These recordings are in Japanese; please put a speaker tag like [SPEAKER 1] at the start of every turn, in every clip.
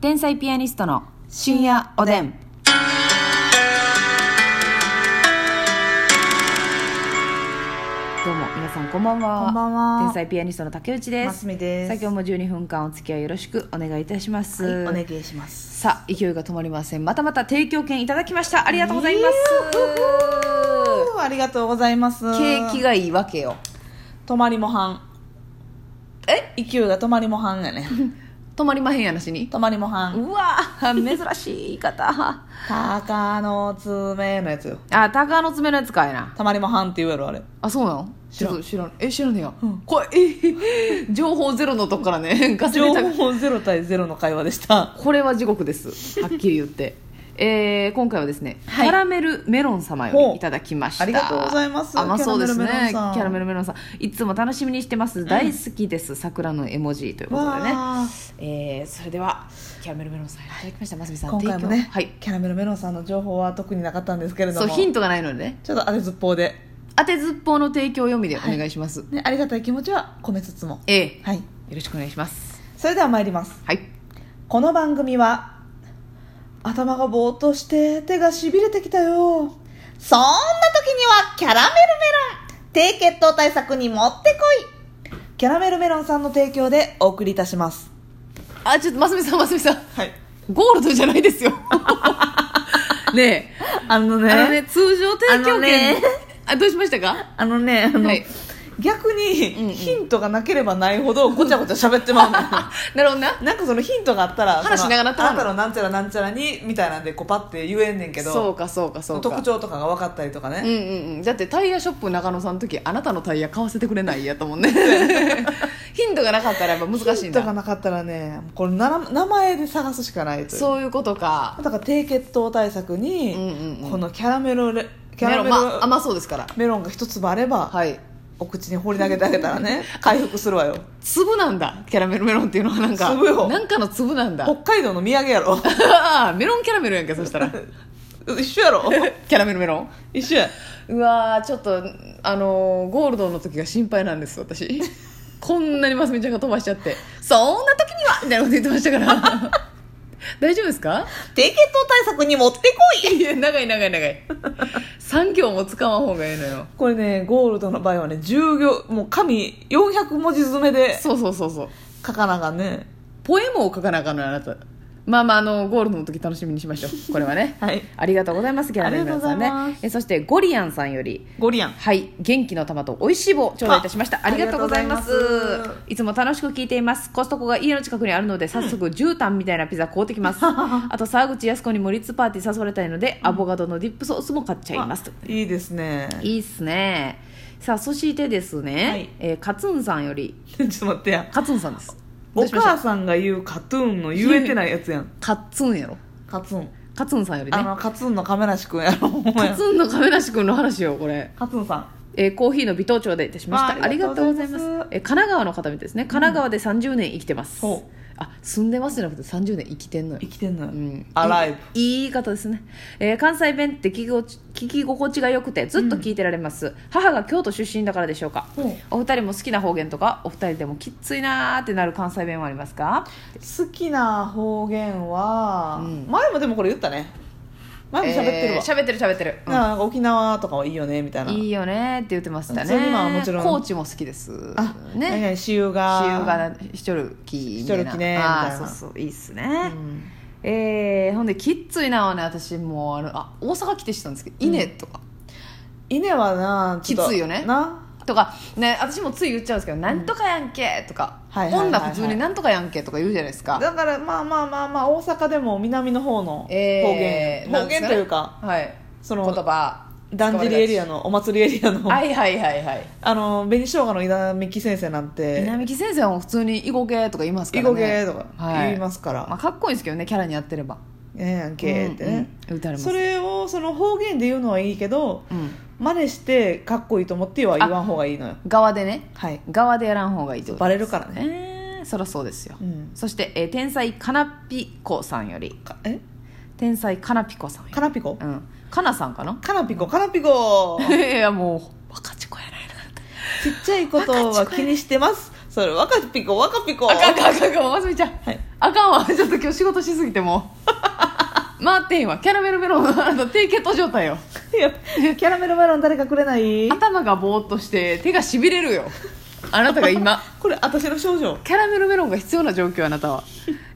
[SPEAKER 1] 天才ピアニストの深夜おでん。どうも皆さんこんばんは。
[SPEAKER 2] こんばんは
[SPEAKER 1] 天才ピアニストの竹内です。
[SPEAKER 2] ますみです
[SPEAKER 1] さあ今日も12分間お付き合いよろしくお願いいたします。
[SPEAKER 2] はい、お願いします。
[SPEAKER 1] さあ勢いが止まりません。またまた提供券いただきました。ありがとうございます。
[SPEAKER 2] ありがとうございます。
[SPEAKER 1] 景気がいいわけよ。
[SPEAKER 2] 止まりもはん。
[SPEAKER 1] え
[SPEAKER 2] 勢いが止まりもはんやね。
[SPEAKER 1] 止まりまへんやなしに。
[SPEAKER 2] 止まりもはん。
[SPEAKER 1] うわ珍しい言い方。
[SPEAKER 2] 鷹の爪のやつよ。
[SPEAKER 1] あ、鷹の爪のやつかいな。
[SPEAKER 2] たまりもはんって言うやろ、 あれ。
[SPEAKER 1] あ、そうなの
[SPEAKER 2] 知らん
[SPEAKER 1] ちょっと知らん。え、知らんねや。これ、え、 情報ゼロのとこからね、 ガセ
[SPEAKER 2] 情
[SPEAKER 1] ネタが
[SPEAKER 2] 報ゼロ対ゼロの会話でした。
[SPEAKER 1] これは地獄です。はっきり言って。 えー、今回はですね、
[SPEAKER 2] はい
[SPEAKER 1] キャラメルメロン様よりいただきました。
[SPEAKER 2] ほうありがとうございます
[SPEAKER 1] 甘そうですね。キ
[SPEAKER 2] キ
[SPEAKER 1] ャ
[SPEAKER 2] ャ
[SPEAKER 1] ラ
[SPEAKER 2] ラ
[SPEAKER 1] メ
[SPEAKER 2] メ
[SPEAKER 1] ルメロンさん。いつも楽しみにしてます。大好きです。桜の絵文字ということでね
[SPEAKER 2] わあ。
[SPEAKER 1] えー、それでは、キャラメルメロンさんいただきました。ますみさん、
[SPEAKER 2] 今回も
[SPEAKER 1] 提
[SPEAKER 2] ね
[SPEAKER 1] 供、はい。
[SPEAKER 2] キャラメルメロンさんの情報は特になかったんですけれど
[SPEAKER 1] そう、
[SPEAKER 2] も。
[SPEAKER 1] ヒン
[SPEAKER 2] ち
[SPEAKER 1] トがないのでね、
[SPEAKER 2] ょっとあれずっぽうで。
[SPEAKER 1] 当てずっぽうの提供読みでお願いします。
[SPEAKER 2] ね、ありがたい気持ちは込めつつも。
[SPEAKER 1] ええ
[SPEAKER 2] はい。
[SPEAKER 1] よろしくお願いします。
[SPEAKER 2] それでは参ります。
[SPEAKER 1] はい。
[SPEAKER 2] この番組は頭がぼーっとして手がしびれてきたよそんな時にはキャラメルメロン低血糖対策にもってこいキャラメルメロンさんの提供でお送りいたします
[SPEAKER 1] あ、ちょっと、ますみさん、ますみさん。
[SPEAKER 2] はい
[SPEAKER 1] ゴールドじゃないですよ。ねえ。
[SPEAKER 2] あのね
[SPEAKER 1] あのね、通常提
[SPEAKER 2] あ
[SPEAKER 1] 供
[SPEAKER 2] のね
[SPEAKER 1] 券。あ、どうしましたか
[SPEAKER 2] あのねあの
[SPEAKER 1] はい
[SPEAKER 2] 逆
[SPEAKER 1] うんうん
[SPEAKER 2] にヒントがなければないほどごちゃごちゃ喋ってまうの
[SPEAKER 1] なるほどな。
[SPEAKER 2] なんかそのヒントがあったら
[SPEAKER 1] 話しながら
[SPEAKER 2] その
[SPEAKER 1] 頼
[SPEAKER 2] あ
[SPEAKER 1] む
[SPEAKER 2] なたのなんちゃらなんちゃらにみたいなんでこうパッて言えんねんけど
[SPEAKER 1] そうか、そうか、そうか。
[SPEAKER 2] 特徴とかが分かったりとかね、
[SPEAKER 1] うんうんうん。だってタイヤショップ中野さんの時、あなたのタイヤ買わせてくれないやと思うね。ヒントがなかったらやっぱ難し
[SPEAKER 2] ヒ
[SPEAKER 1] い
[SPEAKER 2] ン
[SPEAKER 1] ん
[SPEAKER 2] トが
[SPEAKER 1] だ。
[SPEAKER 2] なかったらねこれな名前で探すしかないという
[SPEAKER 1] そういうことか。
[SPEAKER 2] だから低血糖対策に、
[SPEAKER 1] うんうんうん
[SPEAKER 2] このキャラメルレキャ
[SPEAKER 1] メ
[SPEAKER 2] ラ
[SPEAKER 1] ロ
[SPEAKER 2] メ
[SPEAKER 1] ン、
[SPEAKER 2] ル
[SPEAKER 1] まあ、甘そうですから。
[SPEAKER 2] メロンが一粒あれば、
[SPEAKER 1] はい。
[SPEAKER 2] お口に放り投げてあげた らね回復するわよ
[SPEAKER 1] 粒なんだ。キャラメルメロンっていうのはなんか。
[SPEAKER 2] 粒よ
[SPEAKER 1] なんかの粒なんだ
[SPEAKER 2] 北。海道の土産やろ
[SPEAKER 1] メロンキャラメルやんけ、そしたら。
[SPEAKER 2] 一緒やろ
[SPEAKER 1] キャラメルメロン
[SPEAKER 2] 一緒や
[SPEAKER 1] うわーちょっとあのーゴールドの時が心配なんです 私こんなにますみちゃんが飛ばしちゃってそんな時にはみたいなこと言ってましたから 大丈夫ですか
[SPEAKER 2] 低血糖対策に持ってこい
[SPEAKER 1] いや長い長い長い3行も使わん方がいいのよ
[SPEAKER 2] これねゴールドの場合はね10行もう紙400文字詰めで
[SPEAKER 1] そうそうそうそう
[SPEAKER 2] 書かながね
[SPEAKER 1] ポエムを書かなあかんのよあなたまあまああのゴールドの時楽しみにしましょうこれはね
[SPEAKER 2] はい
[SPEAKER 1] ありがとうございますキャラメルメロンさん
[SPEAKER 2] ありがとうござい
[SPEAKER 1] ね
[SPEAKER 2] ま
[SPEAKER 1] えそしてゴリアンさんより
[SPEAKER 2] ゴリアン
[SPEAKER 1] はい、元気の玉と美味しい棒頂戴いたしました。
[SPEAKER 2] あ
[SPEAKER 1] ありがとうございます
[SPEAKER 2] ありがとうございま。
[SPEAKER 1] いつも楽しく聞いています。コストコが家の近くにあるので、早速絨毯みたいなピザ買うてき ます。あと沢口靖子にモリッツパーティー誘われたいので、アボカドのディップソースも買っちゃいます。
[SPEAKER 2] あいいですね
[SPEAKER 1] いいっすね。さあ、そしてですね、
[SPEAKER 2] はい
[SPEAKER 1] えーカツンさんより、
[SPEAKER 2] ちょっと待ってや
[SPEAKER 1] カツンさんです。ど
[SPEAKER 2] お
[SPEAKER 1] うしました
[SPEAKER 2] 母さんが言うカトゥーンの言えてないやつやん
[SPEAKER 1] カツンやろ。
[SPEAKER 2] カツン
[SPEAKER 1] カツンさんより
[SPEAKER 2] あ
[SPEAKER 1] ね。
[SPEAKER 2] のカツンの亀梨君や ろお前
[SPEAKER 1] カツンの亀梨君の話よ、これ。
[SPEAKER 2] カツンさん
[SPEAKER 1] えーコーヒーの微糖頂戴いたしました
[SPEAKER 2] あ
[SPEAKER 1] あ
[SPEAKER 2] あ
[SPEAKER 1] り
[SPEAKER 2] り
[SPEAKER 1] が
[SPEAKER 2] が
[SPEAKER 1] と
[SPEAKER 2] と
[SPEAKER 1] う
[SPEAKER 2] う
[SPEAKER 1] ご
[SPEAKER 2] ご
[SPEAKER 1] ざ
[SPEAKER 2] ざ
[SPEAKER 1] い
[SPEAKER 2] い
[SPEAKER 1] ま
[SPEAKER 2] ます
[SPEAKER 1] すえー神奈川の方ですね神奈川で30年生きてます、
[SPEAKER 2] ほ
[SPEAKER 1] あ住んでますじゃなくて30年生きてんのよ
[SPEAKER 2] 生きてんのよ、
[SPEAKER 1] うん
[SPEAKER 2] アライブ
[SPEAKER 1] いいいい方ですね、えー関西弁って聞きごち聞き心地が良くてずっと聞いてられます、母が京都出身だからでしょうか、
[SPEAKER 2] ほう
[SPEAKER 1] お二人も好きな方言とかお二人でもきっついなーってなる関西弁はありますか
[SPEAKER 2] 好きな方言は、
[SPEAKER 1] うん
[SPEAKER 2] 前もでもこれ言ったね前も喋ってるわ
[SPEAKER 1] え、ー喋ってる喋ってる、うん
[SPEAKER 2] なんか沖縄とかはいいよねみたいない
[SPEAKER 1] いよねーって言ってましたね
[SPEAKER 2] それにはもちろん
[SPEAKER 1] 高知も好きです
[SPEAKER 2] あ
[SPEAKER 1] ね
[SPEAKER 2] 何々私有が
[SPEAKER 1] 私有がひとるきみたいな
[SPEAKER 2] ひとるきね
[SPEAKER 1] あー
[SPEAKER 2] みたいな
[SPEAKER 1] そうそういいっすね、
[SPEAKER 2] うん
[SPEAKER 1] えーほんできっついなはね私もうあのあ大阪来てしたんですけど「稲、とか
[SPEAKER 2] 稲はなちょっと
[SPEAKER 1] きついよね
[SPEAKER 2] な
[SPEAKER 1] とかね私もつい言っちゃうんですけど「なんとかやんけ」とか
[SPEAKER 2] はいはいはいはい
[SPEAKER 1] 女普通に「なんとかやんけ」とか言うじゃないですか
[SPEAKER 2] だからまあまあまあまあ大阪でも南の方の方
[SPEAKER 1] え
[SPEAKER 2] 言、
[SPEAKER 1] ーな
[SPEAKER 2] 方
[SPEAKER 1] んです
[SPEAKER 2] 言
[SPEAKER 1] ね
[SPEAKER 2] というか
[SPEAKER 1] はい
[SPEAKER 2] そ
[SPEAKER 1] 言
[SPEAKER 2] の
[SPEAKER 1] 葉
[SPEAKER 2] だんじりエリ
[SPEAKER 1] ア
[SPEAKER 2] アのお祭りエリアの、
[SPEAKER 1] はいはいはいはい
[SPEAKER 2] あの紅生姜の稲美木先生なんて
[SPEAKER 1] 稲木先生はもう普通に「囲碁系」とか言いますか
[SPEAKER 2] 囲
[SPEAKER 1] らね
[SPEAKER 2] 碁系とか言いますすから、
[SPEAKER 1] まあ、かっこいいんですけどねキャラにやってれば
[SPEAKER 2] ええやんけって
[SPEAKER 1] うんうん
[SPEAKER 2] ね、
[SPEAKER 1] 打たれます
[SPEAKER 2] それをその方言で言うのはいいけど、
[SPEAKER 1] うん
[SPEAKER 2] 真似してかっこいいと思っては言わん方がいいのよ
[SPEAKER 1] 側でね
[SPEAKER 2] はい
[SPEAKER 1] 側でやらん方がいいってこと
[SPEAKER 2] バレるからね
[SPEAKER 1] えー、そりゃそうですよ、
[SPEAKER 2] うん
[SPEAKER 1] そして、えー天才かなぴこさんより
[SPEAKER 2] かえ
[SPEAKER 1] 天才かなぴこさんより
[SPEAKER 2] かなぴこ、
[SPEAKER 1] うん、かなさんかな
[SPEAKER 2] かなぴこかなぴこ
[SPEAKER 1] いやもうバカチコやないな
[SPEAKER 2] ちっちゃいことは気にしてますそそれ若ピコ若ピコ
[SPEAKER 1] あかんあかんあかんあかんますみちゃん、
[SPEAKER 2] はい
[SPEAKER 1] あかんわ ちょっと今日仕事しすぎてもう 回ってへんわキャラメルメロンのあなた低血糖状態よ
[SPEAKER 2] いやキャラメルメロン誰かくれない
[SPEAKER 1] 頭がぼーっとして手がしびれるよあなたが今
[SPEAKER 2] これ私の症状
[SPEAKER 1] キャラメルメロンが必要な状況あなた は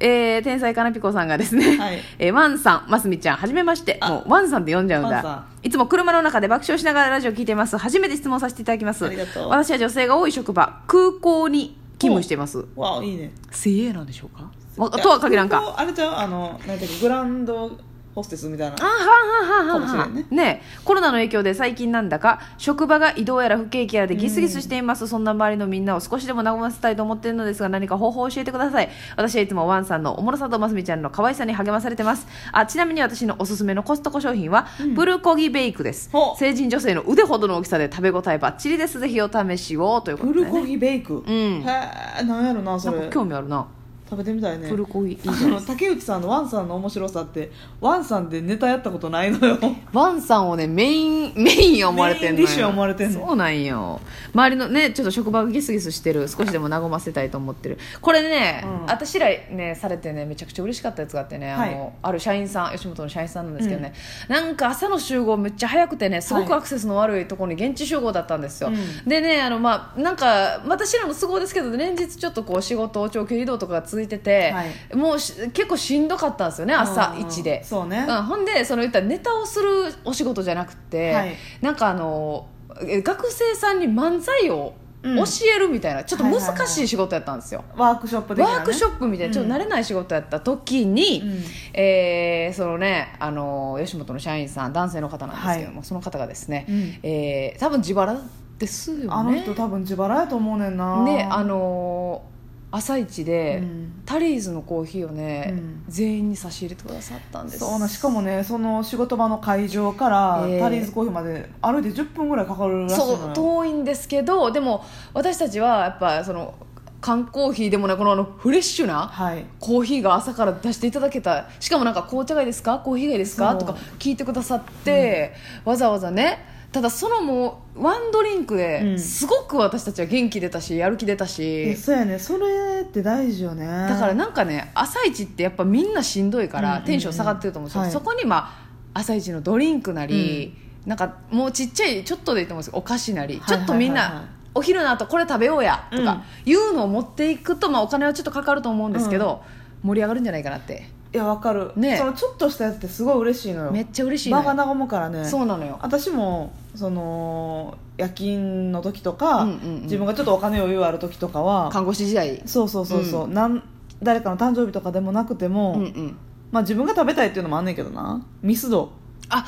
[SPEAKER 1] えー、天才かなぴこさんがですね、
[SPEAKER 2] はい
[SPEAKER 1] えーワンさん、ますみちゃん、はじめまして、
[SPEAKER 2] あ
[SPEAKER 1] もうワンさんって呼んじゃうん
[SPEAKER 2] ワン
[SPEAKER 1] だ
[SPEAKER 2] さ。
[SPEAKER 1] いつも車の中で爆笑しながらラジオ聞いています。初めて質問させていただきます。
[SPEAKER 2] ありがとう
[SPEAKER 1] 私は女性が多い職場、空港に勤務しています。
[SPEAKER 2] わあいいね
[SPEAKER 1] 水泳なんでしょうかおとは限らんか。
[SPEAKER 2] あれちゃうあのなんていうかグランドホステスみたいな
[SPEAKER 1] あはんはんはんはんは
[SPEAKER 2] か
[SPEAKER 1] ん
[SPEAKER 2] もしれん
[SPEAKER 1] ねえコロナの影響で最近なんだか職場が移動やら不景気やらでギスギスしています、そんな周りのみんなを少しでも和ませたいと思っているのですが何か方法を教えてください私はいつもワンさんのおもろさとますみちゃんの可愛さに励まされてますあちなみに私のおすすめのコストコ商品は、ブルコギベイクです
[SPEAKER 2] ほう
[SPEAKER 1] 成人女性の腕ほどの大きさで食べ応えばっちりですぜひお試しをということ
[SPEAKER 2] プ
[SPEAKER 1] で、ね、
[SPEAKER 2] ルコギベイク、
[SPEAKER 1] ん
[SPEAKER 2] へえなんやろなそ
[SPEAKER 1] なん
[SPEAKER 2] れ
[SPEAKER 1] か興味あるな
[SPEAKER 2] 食べてみたいね
[SPEAKER 1] プルコ ギいいじゃ
[SPEAKER 2] あ
[SPEAKER 1] ん
[SPEAKER 2] の竹内さんのワンさんの面白さってワンさんでネタやったことないのよ
[SPEAKER 1] ワンさんをねメインメイン や思われてんのよ
[SPEAKER 2] メインディッシュや思われてんの
[SPEAKER 1] そうなんよ周りのねちょっと職場がギスギスしてる少しでも和ませたいと思ってるこれね、
[SPEAKER 2] うん
[SPEAKER 1] 私らねされてねめちゃくちゃ嬉しかったやつがあってね、あ
[SPEAKER 2] はい
[SPEAKER 1] のある社員さん吉本の社員さんなんですけどね、なんか朝の集合めっちゃ早くてねすごく
[SPEAKER 2] はい
[SPEAKER 1] アクセスの悪いところに現地集合だったんですよ、
[SPEAKER 2] う
[SPEAKER 1] でねあのまあなんか私らの都合ですけど連日ちょっとこう仕事長距離移動とかが続いてて、
[SPEAKER 2] はい
[SPEAKER 1] もうし結構しんどかったんですよね朝
[SPEAKER 2] うん
[SPEAKER 1] 一で
[SPEAKER 2] そうね、
[SPEAKER 1] うん、ほんでその言ったらネタをするお仕事じゃなくて、
[SPEAKER 2] はい
[SPEAKER 1] なんかあのえ学生さんに漫才を教
[SPEAKER 2] うん
[SPEAKER 1] えるみたいな、ちょっと難しい仕事やったんですよ、
[SPEAKER 2] ワークショップで、ね、
[SPEAKER 1] ワークショップみたいなちょっと慣れない仕事やった時に、
[SPEAKER 2] うん
[SPEAKER 1] えーそのねあの吉本の社員さん男性の方なんですけども、その方がですね、
[SPEAKER 2] うん
[SPEAKER 1] えー多分自腹ですよね
[SPEAKER 2] あの人多分自腹やと思うねんな
[SPEAKER 1] ねあの朝一で、
[SPEAKER 2] うん
[SPEAKER 1] タリーズのコーヒーをね、
[SPEAKER 2] うん
[SPEAKER 1] 全員に差し入れてくださったんです
[SPEAKER 2] そうなしかもねその仕事場の会場から、
[SPEAKER 1] えー
[SPEAKER 2] タリーズコーヒーまで歩いて10分ぐらいかかるらしいのよ
[SPEAKER 1] そう遠いんですけどでも私たちはやっぱその缶コーヒーでもないこのあのフレッシュな
[SPEAKER 2] はい
[SPEAKER 1] コーヒーが朝から出していただけたしかもなんか紅茶がいいですかコーヒーがいいですか
[SPEAKER 2] そう
[SPEAKER 1] とか聞いてくださって、わざわざねただそのもうワンドリンク
[SPEAKER 2] う
[SPEAKER 1] で
[SPEAKER 2] ん
[SPEAKER 1] すごく私たちは元気出たしやる気出た
[SPEAKER 2] いや
[SPEAKER 1] し、
[SPEAKER 2] そうやねそれって大事よね
[SPEAKER 1] だからなんかね朝一ってやっぱみんなしんどいか
[SPEAKER 2] うんうん
[SPEAKER 1] ら
[SPEAKER 2] うん
[SPEAKER 1] テンション下がってると思うんですよ、
[SPEAKER 2] はい
[SPEAKER 1] そこにまあ朝一のドリンクなり、なんかもうちっちゃいちょっとでいいと思うんですけどお菓子なり、
[SPEAKER 2] はいはいはいはい
[SPEAKER 1] ちょっとみんなお昼の後これ食べようやと
[SPEAKER 2] うん
[SPEAKER 1] かいうのを持っていくと、まあ、お金はちょっとかかると思うんですけど、盛り上がるんじゃないかなって
[SPEAKER 2] いやわかる、
[SPEAKER 1] ね
[SPEAKER 2] そのちょっとしたやつってすごい嬉しいのよ
[SPEAKER 1] めっちゃ嬉しい
[SPEAKER 2] 場
[SPEAKER 1] の
[SPEAKER 2] が
[SPEAKER 1] よ
[SPEAKER 2] 和むからね
[SPEAKER 1] そうなのよ
[SPEAKER 2] 私もその夜勤の時とか、
[SPEAKER 1] うんうんうん
[SPEAKER 2] 自分がちょっとお金余裕ある時とかは
[SPEAKER 1] 看護師時代
[SPEAKER 2] そうそうそうそう、なん誰かの誕生日とかでもなくても、
[SPEAKER 1] うんうん
[SPEAKER 2] まあ、自分が食べたいっていうのもあんねんけどなミスド
[SPEAKER 1] あ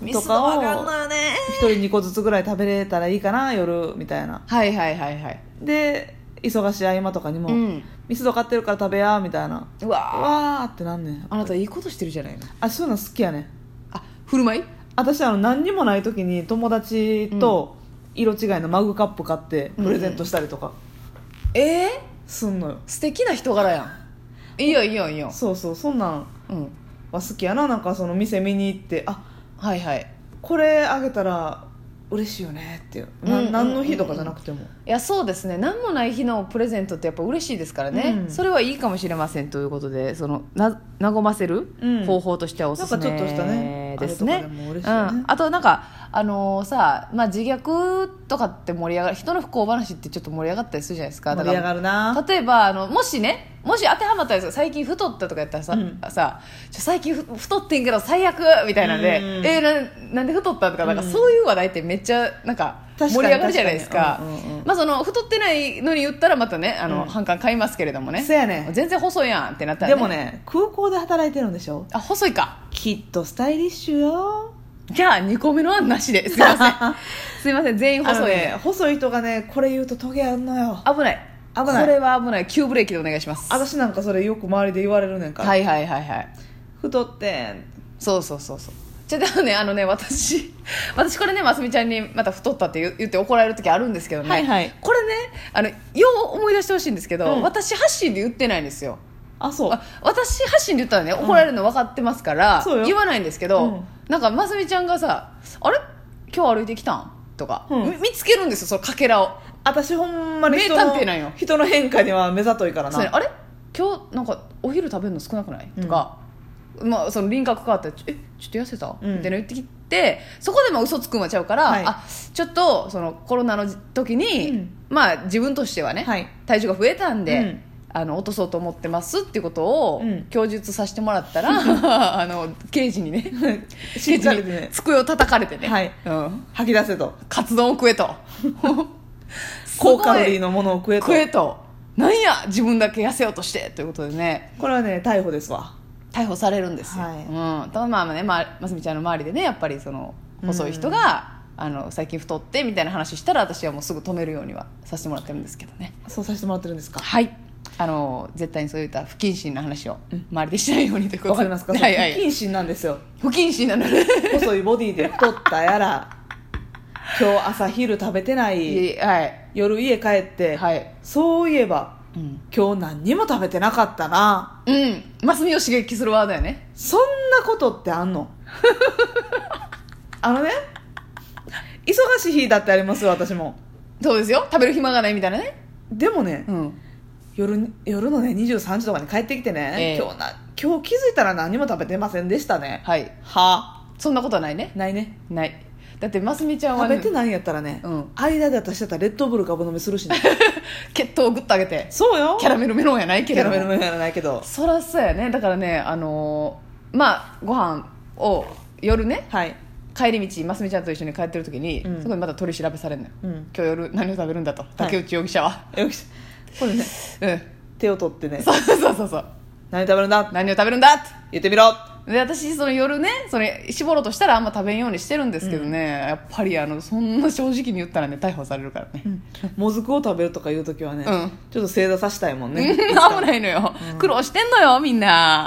[SPEAKER 1] ミスド
[SPEAKER 2] とかを
[SPEAKER 1] わかんのよね
[SPEAKER 2] 一人2個ずつぐらい食べれたらいいかな夜みたいな
[SPEAKER 1] はいはいはいはい
[SPEAKER 2] で忙しい合間とかにも、
[SPEAKER 1] うん
[SPEAKER 2] ミスド買ってるから食べやみたいな
[SPEAKER 1] うわ
[SPEAKER 2] わーってなんねん
[SPEAKER 1] あなたいいことしてるじゃないの
[SPEAKER 2] あそういうの好きやねん
[SPEAKER 1] あ振る舞い
[SPEAKER 2] 私あの何にもない時に友達と色違いのマグカップ買ってプレゼントしたりとか
[SPEAKER 1] えー、
[SPEAKER 2] すんのよ、
[SPEAKER 1] 素敵な人柄やんいいよいいよいいよ、
[SPEAKER 2] そうそうそんなん
[SPEAKER 1] うん、
[SPEAKER 2] は好きやななんかその店見に行ってあ
[SPEAKER 1] はいはい
[SPEAKER 2] これあげたら嬉しいよねっていうな
[SPEAKER 1] うんうん
[SPEAKER 2] 何の日とかじゃなくても
[SPEAKER 1] いやそうですね何もない日のプレゼントってやっぱ嬉しいですからね、
[SPEAKER 2] うん
[SPEAKER 1] それはいいかもしれませんということでそのな和ませる
[SPEAKER 2] うん
[SPEAKER 1] 方法としてはおすすめ
[SPEAKER 2] なんかちょっとしたね
[SPEAKER 1] です
[SPEAKER 2] あれ
[SPEAKER 1] ね
[SPEAKER 2] とかでも
[SPEAKER 1] う
[SPEAKER 2] 嬉しいよね
[SPEAKER 1] んあとなんかあのーさ、まあ、自虐とかって盛り上がる人の不幸話ってちょっと盛り上がったりするじゃないですかだか
[SPEAKER 2] 盛り
[SPEAKER 1] ら
[SPEAKER 2] 上がるな
[SPEAKER 1] 例えばあのもしねもし当てはまったやつ最近太ったとかやったらさ,、
[SPEAKER 2] うん
[SPEAKER 1] さちょ最近ふ太ってんけど最悪みたいなんで、
[SPEAKER 2] うん
[SPEAKER 1] えーななんで太ったとかなんか
[SPEAKER 2] うん
[SPEAKER 1] そういう話題ってめっちゃなんか
[SPEAKER 2] 確かに
[SPEAKER 1] 盛り上がるじゃないですか
[SPEAKER 2] 確かにうんうんうん
[SPEAKER 1] まあ、その太ってないのに言ったらまたねあの、
[SPEAKER 2] うん
[SPEAKER 1] 反感買いますけれどもね
[SPEAKER 2] そうやね
[SPEAKER 1] 全然細いやんってなったら、
[SPEAKER 2] でもね空港で働いてるんでしょ
[SPEAKER 1] あ細いか
[SPEAKER 2] きっとスタイリッシュよ
[SPEAKER 1] じゃあ2個目の案なし ですいませんすいません全員
[SPEAKER 2] あの
[SPEAKER 1] 細い、
[SPEAKER 2] ね細い人がねこれ言うとトゲあんのよ
[SPEAKER 1] 危ない
[SPEAKER 2] 危ない
[SPEAKER 1] これは危ない急ブレーキでお願いします
[SPEAKER 2] 私なんかそれよく周りで言われるねんから、
[SPEAKER 1] はいはいはいはい
[SPEAKER 2] 太ってん
[SPEAKER 1] そうそうそうそうじゃあでもねあのね私 私これねますみちゃんにまた太ったって言う言って怒られる時あるんですけどね、
[SPEAKER 2] はいはい
[SPEAKER 1] これねあのよう思い出してほしいんですけど、
[SPEAKER 2] うん
[SPEAKER 1] 私発信で言ってないんですよ
[SPEAKER 2] あそう
[SPEAKER 1] あ私発信で言ったらね怒られるの分かってますから、
[SPEAKER 2] そうよ
[SPEAKER 1] 言わないんですけど、
[SPEAKER 2] うん
[SPEAKER 1] なんかますみちゃんがさ「あれ今日歩いてきたん?」とか、
[SPEAKER 2] うん
[SPEAKER 1] み見つけるんですよそのかけらを
[SPEAKER 2] 私ほんまに人
[SPEAKER 1] 名
[SPEAKER 2] の
[SPEAKER 1] 探偵なんよ
[SPEAKER 2] 人の変化には目ざといから
[SPEAKER 1] そうね
[SPEAKER 2] な
[SPEAKER 1] あれ今日なんかお昼食べるの少なくない、とか、まあ、その輪郭変わったら「ちょえちょっと痩せた?」
[SPEAKER 2] うん
[SPEAKER 1] みたいなの言ってきてそこでも嘘つくんはちゃうから、
[SPEAKER 2] はい
[SPEAKER 1] あちょっとそのコロナの時に、
[SPEAKER 2] うん
[SPEAKER 1] まあ自分としてはね、
[SPEAKER 2] はい
[SPEAKER 1] 体重が増えたんで、
[SPEAKER 2] うん
[SPEAKER 1] あの落とそうと思ってますっていうことを
[SPEAKER 2] うん
[SPEAKER 1] 供述させてもらったら、 あの刑事にね刑
[SPEAKER 2] 信
[SPEAKER 1] 事
[SPEAKER 2] じられて
[SPEAKER 1] に
[SPEAKER 2] ね
[SPEAKER 1] 机を叩かれてね、
[SPEAKER 2] はい
[SPEAKER 1] うん、
[SPEAKER 2] 吐き出せと
[SPEAKER 1] カツ丼を食え と
[SPEAKER 2] 高カロリー
[SPEAKER 1] の
[SPEAKER 2] のものを食えと
[SPEAKER 1] 食えとなんや自分だけ痩せようとしてということでね
[SPEAKER 2] これはね逮捕ですわ
[SPEAKER 1] 逮捕されるんですよ、
[SPEAKER 2] はい
[SPEAKER 1] うん、ただまあねまあますみちゃんの周りでねやっぱりその
[SPEAKER 2] うん
[SPEAKER 1] 細い人が、あの最近太ってみたいな話したら私はもうすぐ止めるようにはさせてもらってるんですけどね
[SPEAKER 2] そうさせてもらってるんですか
[SPEAKER 1] はいあの絶対にそういった不謹慎な話を周りでしないようにということ
[SPEAKER 2] わかりますか、
[SPEAKER 1] はいはい
[SPEAKER 2] 不謹慎なんですよ
[SPEAKER 1] 不謹慎なので
[SPEAKER 2] 細いボディで太ったやら今日朝昼食べてない
[SPEAKER 1] はい
[SPEAKER 2] 夜家帰って、
[SPEAKER 1] はい
[SPEAKER 2] そういえば
[SPEAKER 1] うん、
[SPEAKER 2] 今日何にも食べてなかったな
[SPEAKER 1] うん、ますみを刺激するワードやね
[SPEAKER 2] そんなことってあ んのあのね忙しい日だってありますよ私も
[SPEAKER 1] そうですよ食べる暇がないみたいなね
[SPEAKER 2] でもね
[SPEAKER 1] うん
[SPEAKER 2] 夜に夜のね23時とかに帰ってきてね、
[SPEAKER 1] ええ
[SPEAKER 2] 今日な今日気づいたら何も食べてませんでしたね
[SPEAKER 1] はい
[SPEAKER 2] は
[SPEAKER 1] そんなことはないね
[SPEAKER 2] ないね
[SPEAKER 1] ないだってますみちゃんは、
[SPEAKER 2] 食
[SPEAKER 1] ね、
[SPEAKER 2] べてないんやったらね、
[SPEAKER 1] うん
[SPEAKER 2] 間で私だったらレッドブルガブ飲みするしね
[SPEAKER 1] 血糖をグッと上げて
[SPEAKER 2] そうよ
[SPEAKER 1] キャラメルメロンやないけ
[SPEAKER 2] キ
[SPEAKER 1] れ
[SPEAKER 2] ャ
[SPEAKER 1] ど
[SPEAKER 2] ラ
[SPEAKER 1] も
[SPEAKER 2] メルもやらないけど
[SPEAKER 1] そらそうやねだからねあのーまあご飯を夜ね
[SPEAKER 2] はい、
[SPEAKER 1] 帰り道ますみちゃんと一緒に帰ってる時に、
[SPEAKER 2] うん
[SPEAKER 1] そこにまた取り調べされるのよ、
[SPEAKER 2] うん
[SPEAKER 1] 今日夜何を食べるんだと竹内容疑者は、
[SPEAKER 2] よ しこれね
[SPEAKER 1] うん
[SPEAKER 2] 手を取ってね
[SPEAKER 1] そうそうそうそう
[SPEAKER 2] 何食べるんだ
[SPEAKER 1] 何を食べるんだって
[SPEAKER 2] 言ってみろ
[SPEAKER 1] で私その夜ねそれ絞ろうとしたらあんま食べんようにしてるんですけどね、やっぱりあのそんな正直に言ったらね逮捕されるからね、
[SPEAKER 2] もずくを食べるとかいう時はね、
[SPEAKER 1] うん
[SPEAKER 2] ちょっと正座させたいもんね
[SPEAKER 1] うん危ないのよ、苦労してんのよみんな